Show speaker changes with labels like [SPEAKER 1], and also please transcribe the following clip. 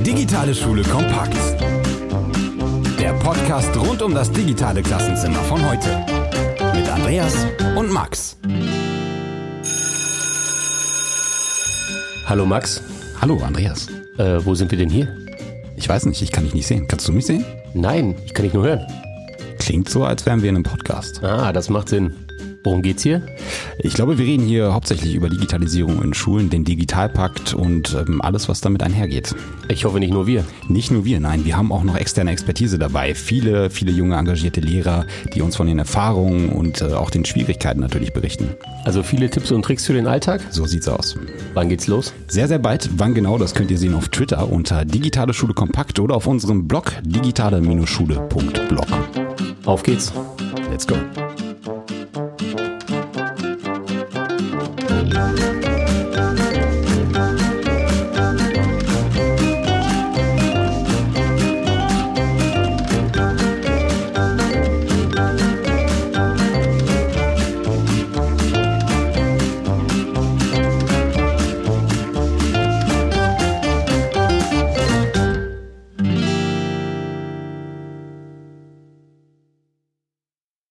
[SPEAKER 1] Digitale Schule kompakt. Der Podcast rund um das digitale Klassenzimmer von heute. Mit Andreas und Max.
[SPEAKER 2] Hallo Max,
[SPEAKER 1] Hallo Andreas.
[SPEAKER 2] äh, wo sind wir denn hier?
[SPEAKER 1] Ich weiß nicht, ich kann dich nicht sehen. Kannst du mich sehen?
[SPEAKER 2] Nein, ich kann dich nur hören.
[SPEAKER 1] Klingt so, als wären wir in einem Podcast.
[SPEAKER 2] Ah, das macht Sinn. Worum geht's hier?
[SPEAKER 1] Ich glaube, wir reden hier hauptsächlich über Digitalisierung in Schulen, den Digitalpakt und ähm, alles, was damit einhergeht.
[SPEAKER 2] Ich hoffe nicht nur wir.
[SPEAKER 1] Nicht nur wir, nein, wir haben auch noch externe Expertise dabei. Viele, viele junge engagierte Lehrer, die uns von den Erfahrungen und äh, auch den Schwierigkeiten natürlich berichten.
[SPEAKER 2] Also viele Tipps und Tricks für den Alltag.
[SPEAKER 1] So sieht's aus.
[SPEAKER 2] Wann geht's los?
[SPEAKER 1] Sehr, sehr bald. Wann genau, das könnt ihr sehen auf Twitter unter Digitale Schule Kompakt oder auf unserem Blog digitale-schule.blog.
[SPEAKER 2] Auf geht's.
[SPEAKER 1] Let's go.